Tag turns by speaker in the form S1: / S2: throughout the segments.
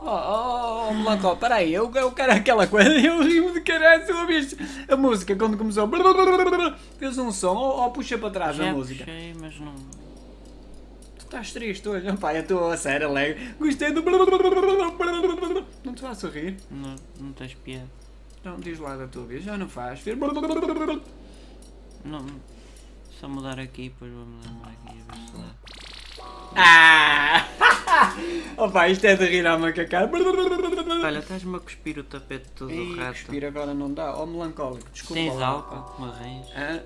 S1: oh, oh, Blanco, peraí, eu, eu quero aquela coisa e eu rimo de caralho, tu ouviste a música quando começou, brr, brr, brr, brr, fez um som, ou oh, puxa para trás a
S2: Já
S1: música.
S2: puxei, mas não.
S1: Tu estás triste hoje, pá, eu estou a sério alegre, gostei do... Não te faço rir?
S2: Não, não tens piada.
S1: Não, diz lá da tua vez, já não faz, fez...
S2: Não. Só mudar aqui e depois vou mudar aqui a ver se dá.
S1: Ah! Opa, isto é de rir à macacada.
S2: Olha, estás-me a cuspir o tapete todo o
S1: Ih,
S2: rato.
S1: respira agora não dá. Ó melancólico, desculpa.
S2: Tens
S1: lá.
S2: álcool que me arranjas?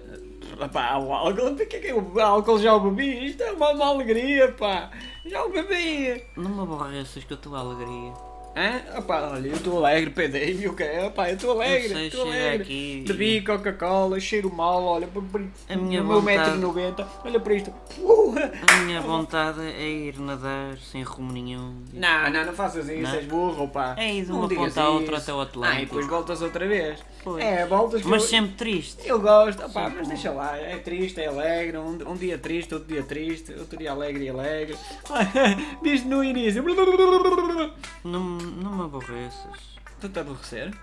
S1: Hã? Pá, o álcool, porque que eu- o álcool já o bebi? Isto é uma, uma alegria, pá. Já o bebi.
S2: Não me aborreças com a tua alegria.
S1: Hã? Opá, olha, eu estou alegre, pedei-me o que é? Opá, eu estou
S2: Eu
S1: alegre,
S2: sei,
S1: estou
S2: chega
S1: alegre.
S2: aqui.
S1: Bebi Coca-Cola, cheiro mal, olha,
S2: A minha
S1: o meu metro
S2: vontade-
S1: e noventa, olha para isto. Porra!
S2: A minha vontade é ir nadar sem rumo nenhum.
S1: Não, não, não faças isso,
S2: Não?
S1: és burro, pá.
S2: É isso,
S1: Não
S2: uma
S1: digas
S2: ponta à outra
S1: isso.
S2: até o
S1: Ah, e
S2: Atlântico.
S1: depois voltas outra vez.
S2: Pois.
S1: É, voltas que
S2: Mas
S1: eu-
S2: sempre triste.
S1: Eu gosto, opá,
S2: Sim.
S1: mas deixa lá, é triste, é alegre, um, um dia triste, outro dia triste, outro dia alegre e alegre. Diz no início.
S2: Não, não me aborreças.
S1: Tu te aborrecer?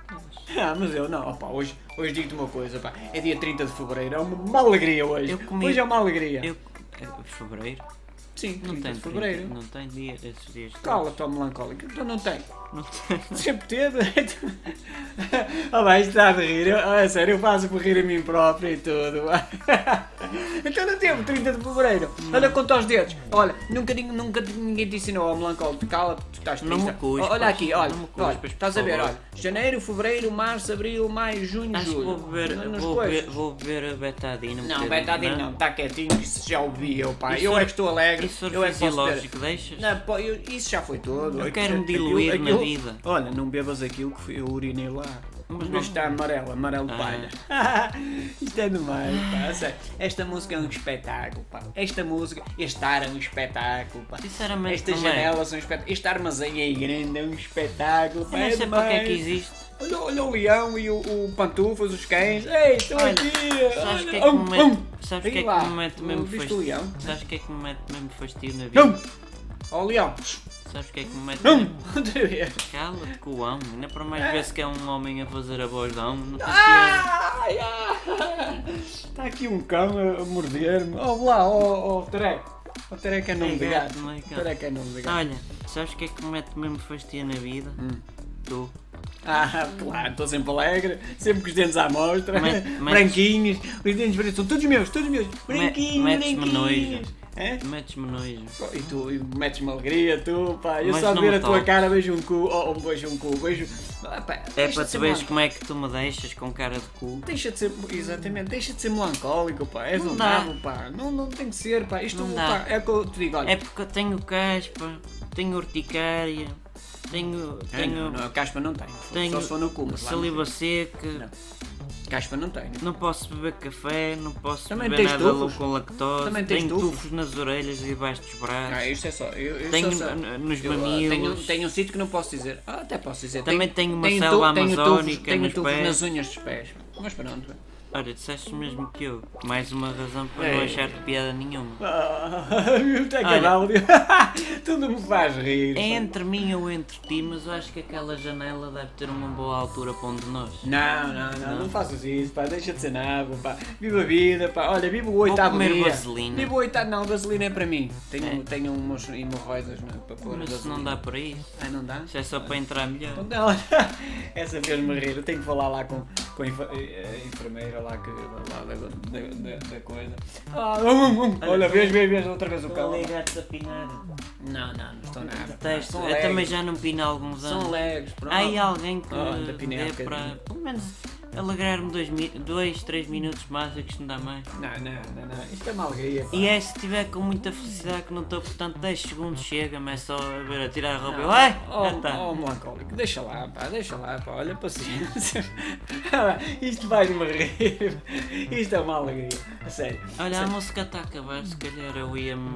S1: Ah, mas eu não, opá, hoje, hoje digo-te uma coisa, pá, é dia 30 de Fevereiro, é uma, uma alegria hoje.
S2: Eu comi-
S1: Hoje é uma alegria.
S2: Eu. é, Fevereiro?
S1: Sim, 30
S2: Não tem
S1: de Fevereiro.
S2: Não tem dia, esses dias. todos.
S1: Cala-te, ó melancólico, então não tem.
S2: Não tem.
S1: Sempre teve. Ah, vai, isto está a rir. Eu, ah, sério, eu faço por rir a mim próprio e tudo. então não teve 30 de fevereiro. Olha, conta aos dedos. Olha, nunca, nin- nunca ninguém te ensinou ao melancólico. Cala, tu estás triste.
S2: Não me cuspas,
S1: Olha aqui, olha.
S2: não me
S1: olha,
S2: cuspas,
S1: estás a
S2: por
S1: ver,
S2: favor.
S1: olha. Janeiro, fevereiro, março, abril, maio, junho,
S2: Acho que
S1: julho.
S2: vou beber,
S1: Nos
S2: vou
S1: coisas.
S2: beber, vou beber a betadina. um
S1: Não,
S2: bocadinho,
S1: Betadinho não, está quietinho, isso já ouvi eu, pai.
S2: Isso
S1: eu
S2: é-
S1: é que estou alegre,
S2: Isso
S1: eu é
S2: é
S1: que posso beber.
S2: fisiológico, deixas?
S1: Não, pô, eu- isso já foi tudo.
S2: Eu
S1: Aquilo-
S2: quero-me
S1: aquilo-
S2: diluir na
S1: aquilo-
S2: vida.
S1: Olha, não bebas aquilo que fui- eu urinei lá.
S2: Mas
S1: Mas
S2: não-
S1: está amarelo, amarelo
S2: Ah.
S1: palha. Isto é demais, pá. a sério. Esta música é um espetáculo, pá. Esta música, este ar é um espetáculo, pá.
S2: Sinceramente,
S1: Estas
S2: também.
S1: janelas são um espetáculo. Este armazém é grande, é um espetáculo, pá.
S2: Eu não
S1: é
S2: sei para que é que
S1: demais.
S2: existe.
S1: Olha, olha o leão e o, o pantufas, os cães. Ei, estão
S2: Olha,
S1: aqui!
S2: Sabes o
S1: olha.
S2: que é que
S1: Um,
S2: me
S1: um.
S2: mete, sabes o que
S1: Aí
S2: é que
S1: lá,
S2: me mete mesmo Hum.
S1: Viste o leão?
S2: fastio? Sabes o que é que me mete mesmo fastio na
S1: Não!
S2: vida?
S1: Ó leão!
S2: Sabes o que é que me mete mesmo?
S1: Não! Ah. Outra vez!
S2: Cala-te com o amo, ainda para mais ver se que é um homem a fazer a voz de amo, não tem
S1: Ah!
S2: piada.
S1: Ai, ai. Está aqui um cão a, a morder-me. Oh, Ó lá, ó, ó, Tereco. Ó, Tereco é nome
S2: É
S1: de
S2: gato,
S1: gato.
S2: não é gato.
S1: Tereco é nome de gato.
S2: Olha, sabes o que é que me mete mesmo fastia na vida?
S1: Hum.
S2: Tu.
S1: Ah, claro, estou sempre alegre, sempre com os dentes à mostra,
S2: Met- metes-
S1: branquinhos, os dentes brancos, são todos meus, todos meus, branquinhos,
S2: metes-me
S1: branquinhos.
S2: nojo.
S1: Hã?
S2: Metes-me nojo.
S1: E tu e metes-me alegria, tu, pá, eu
S2: Mas
S1: só de
S2: não
S1: ver
S2: me
S1: a tua
S2: toques.
S1: cara vejo um cu, oh, oh, vejo um cu, vejo... Ah, pá,
S2: É
S1: deixa
S2: para
S1: de
S2: tu
S1: ser
S2: veres
S1: melan-
S2: como é que tu me deixas com cara de cu.
S1: Deixa de ser, exatamente, deixa de ser melancólico, pá, és
S2: Não
S1: um
S2: dá.
S1: nabo, pá, não, não tem que ser, pá, isto,
S2: Não dá.
S1: pá, é o que eu te digo, olha,
S2: É porque eu tenho caspa, tenho urticária, tenho.
S1: É, não,
S2: tenho.
S1: não, caspa não tem.
S2: tenho
S1: Só se for no cu, mas lá
S2: saliva
S1: não
S2: seca,
S1: Não. tem. Caspa não tem.
S2: não posso beber café, não posso
S1: Também
S2: beber
S1: tens
S2: nada
S1: tufos?
S2: com lactose,
S1: Também tens
S2: tenho
S1: tufos?
S2: tufos nas orelhas e debaixo dos braços.
S1: Ah, isto é só. Eu, eu
S2: Tenho
S1: só- só-
S2: n- nos
S1: eu, ah,
S2: mamilos.
S1: Tenho, tenho um sítio que não posso dizer. Ah, até posso dizer.
S2: Também tenho uma
S1: tu-
S2: selva
S1: tenho tufos-
S2: amazónica
S1: Tenho
S2: nos
S1: tufos
S2: pés.
S1: nas unhas dos pés. Mas pronto.
S2: Olha, disseste mesmo que eu. Mais uma razão para não
S1: Ei.
S2: achar piada
S1: É
S2: nenhuma.
S1: Está
S2: Olha.
S1: Tudo me faz rir.
S2: É entre mim ou entre ti, mas eu acho que aquela janela deve ter uma boa altura para um de nós.
S1: Não, não, não, não faças isso, pá, deixa de ser nabo, pá. Viva a vida, pá. Olha, viva o oitavo
S2: comer
S1: dia.
S2: vaselina.
S1: Viva o oitavo, não, vaselina é para mim. Tenho, tenho umas hemorroidas não é, para pôr
S2: Mas se
S1: vaselina.
S2: não dá por aí,
S1: Ah, não dá?
S2: isso é só para entrar melhor.
S1: Não, essa fez-me rir. Eu tenho que falar lá com, com a inf- a enfermeira lá, que, lá da, da- da- da coisa. Ah, hum, hum. Olha, vês, vês, vês outra vez o cão.
S2: Ligar-te a pinar.
S1: Não, não, não estou nada.
S2: Texto,
S1: São
S2: eu também
S1: legos.
S2: já não pino há alguns
S1: São
S2: anos.
S1: legos, pronto.
S2: Há aí alguém que
S1: Ah, ainda pinei há
S2: dê para,
S1: bocadinho.
S2: pelo menos, alegrar-me dois, mi- dois, três minutos mais, é que isto não dá mais.
S1: Não, não, não, não. Isto é uma alegria. pá.
S2: E é se estiver com muita felicidade que não estou, portanto 10 segundos chega-me, é só a ver a tirar a roupa. Eu, ai, já tá.
S1: Oh,
S2: está.
S1: oh, melancólico, deixa lá, pá, deixa lá, pá, olha, paciência. Isto vai-me rir. Isto é uma alegria, a sério.
S2: Olha,
S1: oh. Sim.
S2: a música está a acabar, se calhar eu ia-me,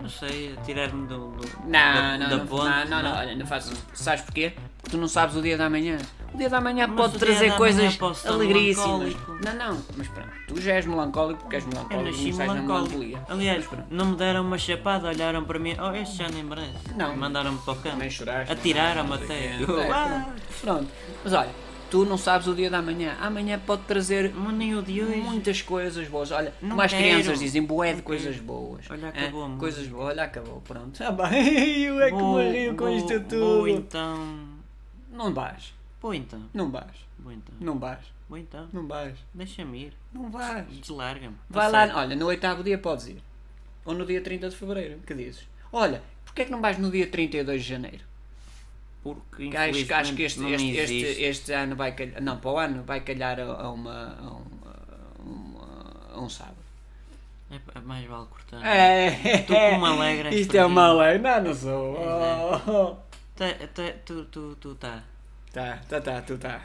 S2: não sei, tirar-me do, do-
S1: Não,
S2: da,
S1: não,
S2: da
S1: não,
S2: ponte.
S1: não, não, não, olha, não fazes. Sabes porquê? Porque tu não sabes o dia da manhã. dia de amanhã
S2: Mas
S1: pode
S2: o dia de
S1: trazer
S2: amanhã
S1: coisas
S2: posso estar
S1: alegríssimas.
S2: melancólico.
S1: Não, não, mas pronto, tu já és melancólico porque és
S2: Eu
S1: melancólico,
S2: nasci
S1: não sais da
S2: melancólico.
S1: melancolia.
S2: Aliás,
S1: Mas pronto.
S2: não me deram uma chapada, olharam para mim. Oh, este já nem merece.
S1: Não.
S2: Mandaram-me para o campo.
S1: Nem choraste.
S2: Atiraram-me
S1: Não sei
S2: até.
S1: quê.
S2: Eu,
S1: É,
S2: ah,
S1: pronto. Pronto, mas olha, tu não sabes o dia de amanhã. Amanhã pode trazer
S2: mas nem o de hoje.
S1: muitas coisas boas. Olha,
S2: Não
S1: como as
S2: quero.
S1: crianças dizem, boé de
S2: Não
S1: coisas boas.
S2: Olha,
S1: É,
S2: acabou-me.
S1: Coisas boas, olha, acabou, pronto. Ah, bem, eu é que
S2: Vou-
S1: me rio com
S2: vou-
S1: isto
S2: Vou
S1: tudo.
S2: então.
S1: Não vais,
S2: Vou então.
S1: não vais,
S2: Vou então.
S1: não vais,
S2: Vou então.
S1: não vais,
S2: Deixa-me ir.
S1: não vais.
S2: Deslarga-me.
S1: Vai
S2: Tá
S1: lá,
S2: certo.
S1: olha, no oitavo dia podes ir. Ou no dia 30 de fevereiro, que dizes? Olha, porquê é que não vais no dia 32 de janeiro?
S2: Porque
S1: Que Acho, que- acho que este,
S2: infelizmente,
S1: este,
S2: não
S1: este,
S2: existe.
S1: este ano vai calhar. Não, para o ano vai calhar a, a uma. A um, a um- a um sábado.
S2: É pá, mais vale cortar.
S1: É,
S2: Tu como alegras,
S1: Isto é uma
S2: Fernando.
S1: alegre. Não, não sou.
S2: Pois
S1: Oh, oh.
S2: Tá- tá- tu, tu, tu, tá.
S1: Tá, tá, tá, tu tá.